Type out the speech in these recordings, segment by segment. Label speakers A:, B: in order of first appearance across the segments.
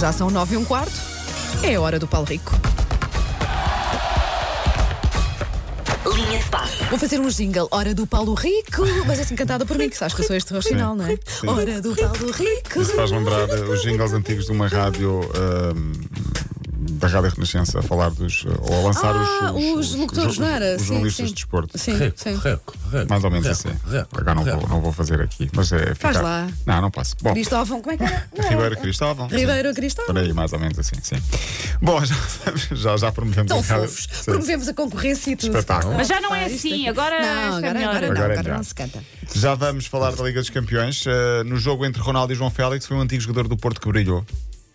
A: Já são nove e um quarto. É a hora do Paulo Rico.
B: Linha de passe.
A: Vou fazer um jingle. Hora do Paulo Rico. Mas é assim cantada por mim, que sabes que eu sou este original, não é?
C: sim.
A: Hora do Paulo Rico.
C: Isso faz lembrar eh, os jingles antigos de uma rádio. ahm, da Rádio Renascença a falar dos. eh, ou a lançar
A: Ah,
C: os,
A: os locutores,
C: jo-
A: não era?
C: os
A: Sim,
C: jornalistas
A: sim.
C: de desporto.
A: Sim, sim.
C: Mais ou menos assim. Agora não vou, não vou fazer aqui. Mas é ficar.
A: lá.
C: Não, não posso. Bom,
A: Cristóvão, como é que era? Não.
C: Ribeiro Cristóvão. sim.
A: Ribeiro Cristóvão.
C: Por aí, mais ou menos assim, sim. Bom, já, já, já promovemos
A: Tão
C: a rádio.
A: fofos.
C: Sim.
A: Promovemos a concorrência e tudo. Ah,
C: Espetáculo.
D: Mas já não é assim, agora
A: Não,
D: está
A: agora, agora
D: melhor.
A: não,
C: Agora é
A: agora
C: melhor.
A: não se canta.
C: Já vamos falar da Liga dos Campeões. Eh, no jogo entre Ronaldo e João Félix, foi um antigo jogador do Porto que brilhou.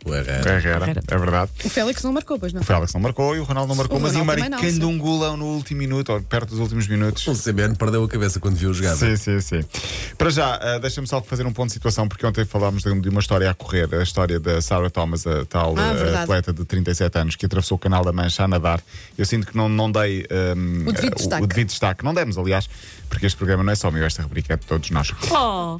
E: O Herrera.
C: Herrera, é verdade.
A: O Félix não marcou, pois não?
C: O Félix não marcou e o Ronaldo não marcou,
A: O
C: mas
A: Ronaldo
C: ia
A: também não,
C: marcando
A: sim.
C: um golão no último minuto, ou perto dos últimos minutos.
E: O CBN um perdeu a cabeça quando viu o jogado.
C: Sim, sim, sim. Para já, ah, deixa-me só fazer um ponto de situação, porque ontem falámos de de uma história a correr, a história da Sarah Thomas, a tal
A: Ah,
C: ah,
A: verdade.
C: atleta de 37 anos que atravessou o canal da Mancha a nadar. Eu sinto que não, não dei ahm,
A: O devido
C: ah,
A: destaque.
C: o devido destaque. Não demos, aliás, porque este programa não é só meu, esta rubrica é de todos nós.
D: Oh,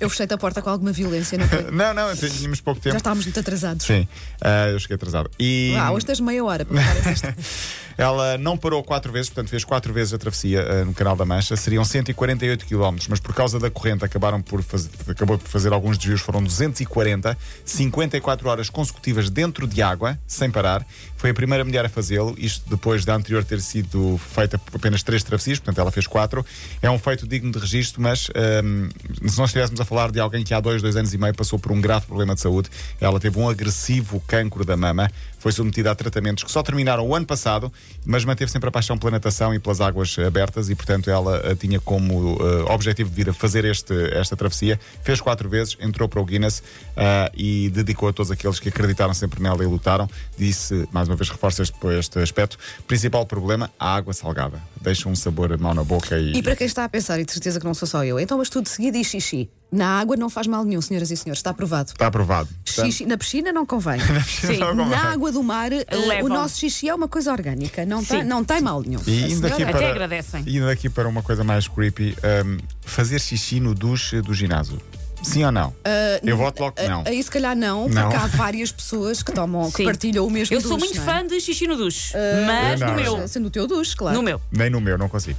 A: Eu fechei-te a porta com alguma violência, não foi?
C: Não, não, tínhamos pouco
A: Já
C: tempo.
A: estávamos muito atrasados.
C: Sim, ah, eu cheguei atrasado. E...
A: Ah, hoje tens meia hora para preparar essa história.
C: Ela não parou quatro vezes, portanto fez quatro vezes a travessia ah, no Canal da Mancha. Seriam 148 km, mas por causa da corrente acabaram por fazer, acabou por fazer alguns desvios, foram 240, 54 horas consecutivas dentro de água, sem parar. Foi a primeira mulher a fazê-lo, isto depois da anterior ter sido feita por apenas três travessias, portanto ela fez quatro. É um feito digno de registro, mas ahm, se nós estivéssemos a falar de alguém que há dois, dois anos e meio passou por um grave problema de saúde, ela teve um agressivo cancro da mama, foi submetida a tratamentos que só terminaram o ano passado, mas manteve sempre a paixão pela natação e pelas águas abertas e, portanto, ela eh, tinha como eh, objetivo de vida fazer este, esta travessia. Fez quatro vezes, entrou para o Guinness ah, e dedicou a todos aqueles que acreditaram sempre nela e lutaram. Disse, mais uma vez, reforça este, este aspecto. Principal problema, a água salgada. Deixa um sabor mau na boca e...
A: E para quem está a pensar, e de certeza que não sou só eu, então mas tudo de seguida e xixi. Na água não faz mal nenhum, senhoras e senhores, está aprovado.
C: Está aprovado.
A: Xixi, na piscina não convém.
D: sim.
C: Portanto,
A: Na água do mar, eh, o
D: Levam.
A: nosso xixi é uma coisa orgânica, não, tem,
D: Sim.
A: não tem mal nenhum.
C: E
A: A
C: indo aqui,
A: senhora-
C: para,
D: agradecem.
C: indo aqui para uma coisa mais creepy, hum, fazer xixi no duche do ginásio. Sim ou não?
A: Ah,
C: Eu voto logo que não.
A: eh, Aí se calhar não, porque
C: Não.
A: há várias pessoas que tomam, que
D: Sim.
A: partilham o mesmo
D: eu sou
A: duche,
D: muito
A: não é? Eh,
D: fã de xixi no duche, mas
C: eu
D: no
C: não,
D: meu.
C: eu
A: Sendo o teu duche, claro.
D: No meu.
C: Nem no meu, não consigo.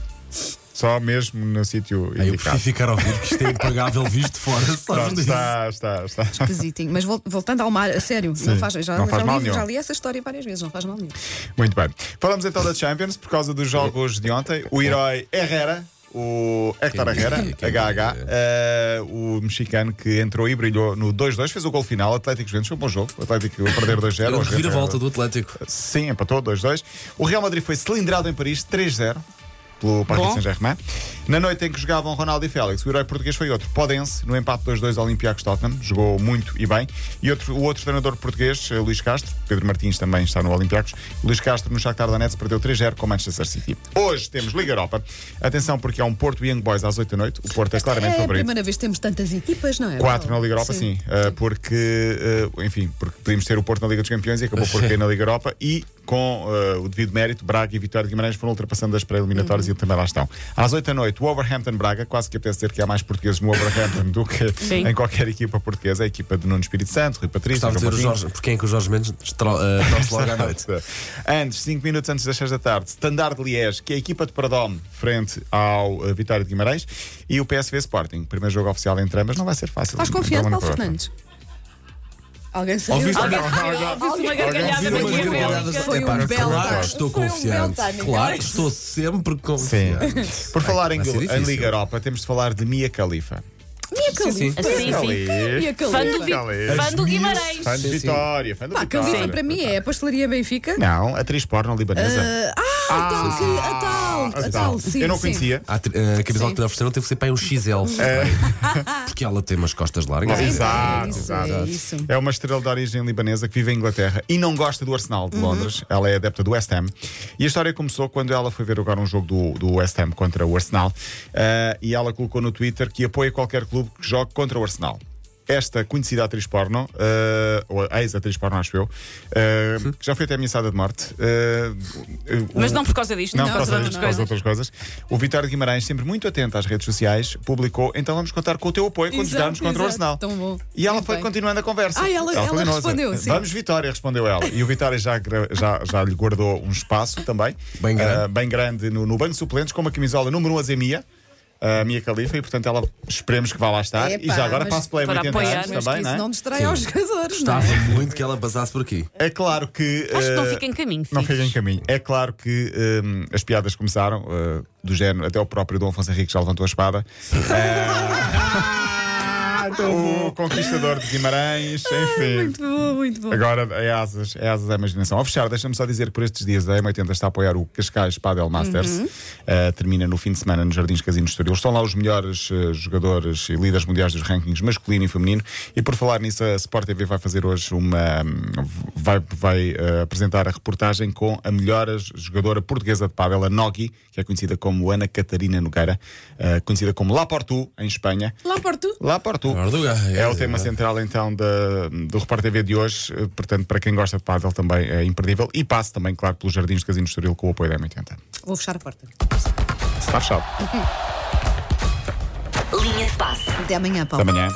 C: Só mesmo no sítio
E: Ah, eu
C: indicado.
E: prefiro ficar ao vivo, que isto é impagável visto de fora. Só
C: Pronto,
E: disso.
C: está, está, está.
A: Esquisitinho. Mas vol- voltando ao mar, a sério, não faz, já,
C: não faz
A: já
C: mal
A: li,
C: nenhum.
A: já li essa história várias vezes, não faz mal nenhum.
C: Muito bem. Falamos então da Champions por causa dos jogos de ontem. O herói Herrera. O Héctor
E: Quem
C: Herrera,
E: diria, quem
C: HH,
E: diria.
C: eh, o mexicano que entrou e brilhou no 2-2, fez o gol final, Atlético Juventus, foi um bom jogo, o Atlético perder 2-0.
E: Era um
C: o Herrera-
E: reviravolta do Atlético.
C: Sim, empatou 2-2. O Real Madrid foi cilindrado em Paris 3-0 pelo Paris
D: Bom.
C: Saint-Germain. Na noite em que jogavam Ronaldo e Félix, o herói português foi outro. Podense, no empate 2-2 ao Olympiacos Tottenham, jogou muito e bem. E outro, o outro treinador português, eh, Luís Castro, Pedro Martins também está no Olympiacos. Luís Castro no Shakhtar Donetsk perdeu 3-0 com o Manchester City. Hoje temos Liga Europa. Atenção porque há um Porto Young Boys às 8 da noite. O Porto é claramente
A: é a
C: favorito.
A: primeira vez que temos tantas equipas, não é?
C: Quatro na
A: Paulo?
C: Liga Europa, sim. Uh, porque, uh, enfim, porque podíamos ter o Porto na Liga dos Campeões e acabou por cair na Liga Europa e, com uh, o devido mérito, Braga e Vitória de Guimarães foram ultrapassando as pré-eliminatórias
A: Uhum.
C: e também lá estão. Às 8 da noite, o Overhampton Braga, quase que apetece dizer que há mais portugueses no Overhampton do que
D: Sim.
C: em qualquer equipa portuguesa. A equipa de Nuno Espírito Santo, Rui Patrício,
E: Gostava de
C: João
E: dizer o
C: Martins.
E: Jorge, porque é que o Jorge Mendes tro- eh, torce logo à noite.
C: Antes, 5 minutos antes das 6 da tarde, Standard de Liège, que é a equipa de Perdome, frente ao eh, Vitória de Guimarães, e o PSV Sporting. Primeiro jogo oficial entre ambas, não vai ser fácil.
A: Estás confiante,
C: Não, não
A: Paulo
C: para outra.
A: Fernandes? Alguém saiu?
E: Ouviste
D: Alguém
E: Não,
D: ouviu uma
C: Alguém
D: gargalhada
C: ouviu umas
D: maquiavélica.
A: gargalhadas? Foi
E: É
A: um
E: pá,
A: belo
E: Claro
A: um timing.
E: que estou
A: Foi um belo
E: confiante.
A: timing.
E: Claro que estou sempre
C: Sim.
E: confiante.
C: Por falar em,
E: vai ser
C: em
E: difícil.
C: Liga Europa, temos de falar de Mia Khalifa.
A: Minha
E: Sim, sim.
A: Califa.
D: Sim, sim.
A: Minha
D: Fã do,
A: Califa.
D: Vi- fã do Guimarães.
C: Fã de
E: Sim, sim.
C: Vitória, fã de
A: Pá,
C: Vitória.
A: Califa para mim é a pastelaria Benfica.
C: Não, atriz porno libanesa. Ah, então,
A: Ah, a tal, que, a tal, a tal, sim.
C: Eu não
A: sim.
C: conhecia.
E: A, atri- eh, a camisola que lhe ofereceram teve que ser para um XL. é? Porque ela tem umas costas largas.
A: É,
C: É. Exato,
A: é isso,
C: exato.
A: é isso.
C: É uma estrela de origem libanesa que vive em Inglaterra e não gosta do Arsenal
A: Uhum.
C: de Londres. Ela é adepta do West Ham. E a história começou quando ela foi ver agora um jogo do, do West Ham Eh, contra o Arsenal. Ah, e ela colocou no Twitter que apoia qualquer clube que jogue contra o Arsenal. esta conhecida atriz porno, eh, ou a ex-atriz porno, acho eu, eh, que já foi até ameaçada de morte. eh, o-
D: Mas não por causa disto,
C: não,
D: por
C: por
D: causa de
C: causa
D: outras
C: disto, por causa de
D: coisas.
C: outras coisas. O Vitório de Guimarães, sempre muito atento às redes sociais, publicou: então vamos contar com o teu apoio quando
A: Exato,
C: jogarmos contra o
A: exato.
C: Arsenal.
A: Tão bom.
C: E ela
A: Muito
C: foi
A: bem.
C: continuando a conversa.
A: Ah, ela- ela
C: continuou a
A: respondeu, sim.
C: Vamos, Vitória, respondeu ela. E o Vitória já, gra- já, já lhe guardou um espaço também,
E: Bem grande.
C: ah, bem grande no, no banco de suplentes, com uma camisola número 1 a Zemia. eh, A Mia Califa, e portanto ela esperemos que vá lá estar. e
A: Epá,
C: já agora
A: mas
C: passo play
D: para
C: 80
D: apoiar,
C: anos
D: mas
C: também,
A: isso
C: não é?
A: não distrai aos jogadores, não é?
E: Gostava muito que ela passasse por aqui.
C: É claro que.
D: Acho que não
C: eh,
D: fica em caminho,
C: Não
D: fixe.
C: fica em caminho. É claro que ehm, as piadas começaram, eh, do género, até o próprio Dom Afonso Henrique já levantou a espada. Eh, o Conquistador de Guimarães, enfim.
A: Muito bom, muito bom.
C: Agora é asas, é asas à imaginação. Ao fechar, deixa-me só dizer que por estes dias a M80 está a apoiar o Cascais Padel Masters. Uh, termina no fim de semana nos Jardins Casino de Estoril. Estão lá os melhores uh, jogadores e líderes mundiais dos rankings masculino e feminino. E por falar nisso, a Sport TV vai fazer hoje uma. um, vai, vai uh, apresentar a reportagem com a melhor jogadora portuguesa de padel, a Nogi, que é conhecida como Ana Catarina Nogueira, uh, conhecida como La Portu, em Espanha.
A: Lá por tu.
C: Lá Porto.
E: Portugal, é,
C: É o
E: é
C: tema
E: verdade.
C: central então da, do Repórter TV de hoje. Eh, Portanto, para quem gosta de pádel também é imperdível. E passe também, claro, pelos Jardins de Casino de Estoril com o apoio da M80.
A: Vou fechar a porta.
C: Está fechado.
B: Linha de passe.
A: Até amanhã, Paulo.
C: Até amanhã.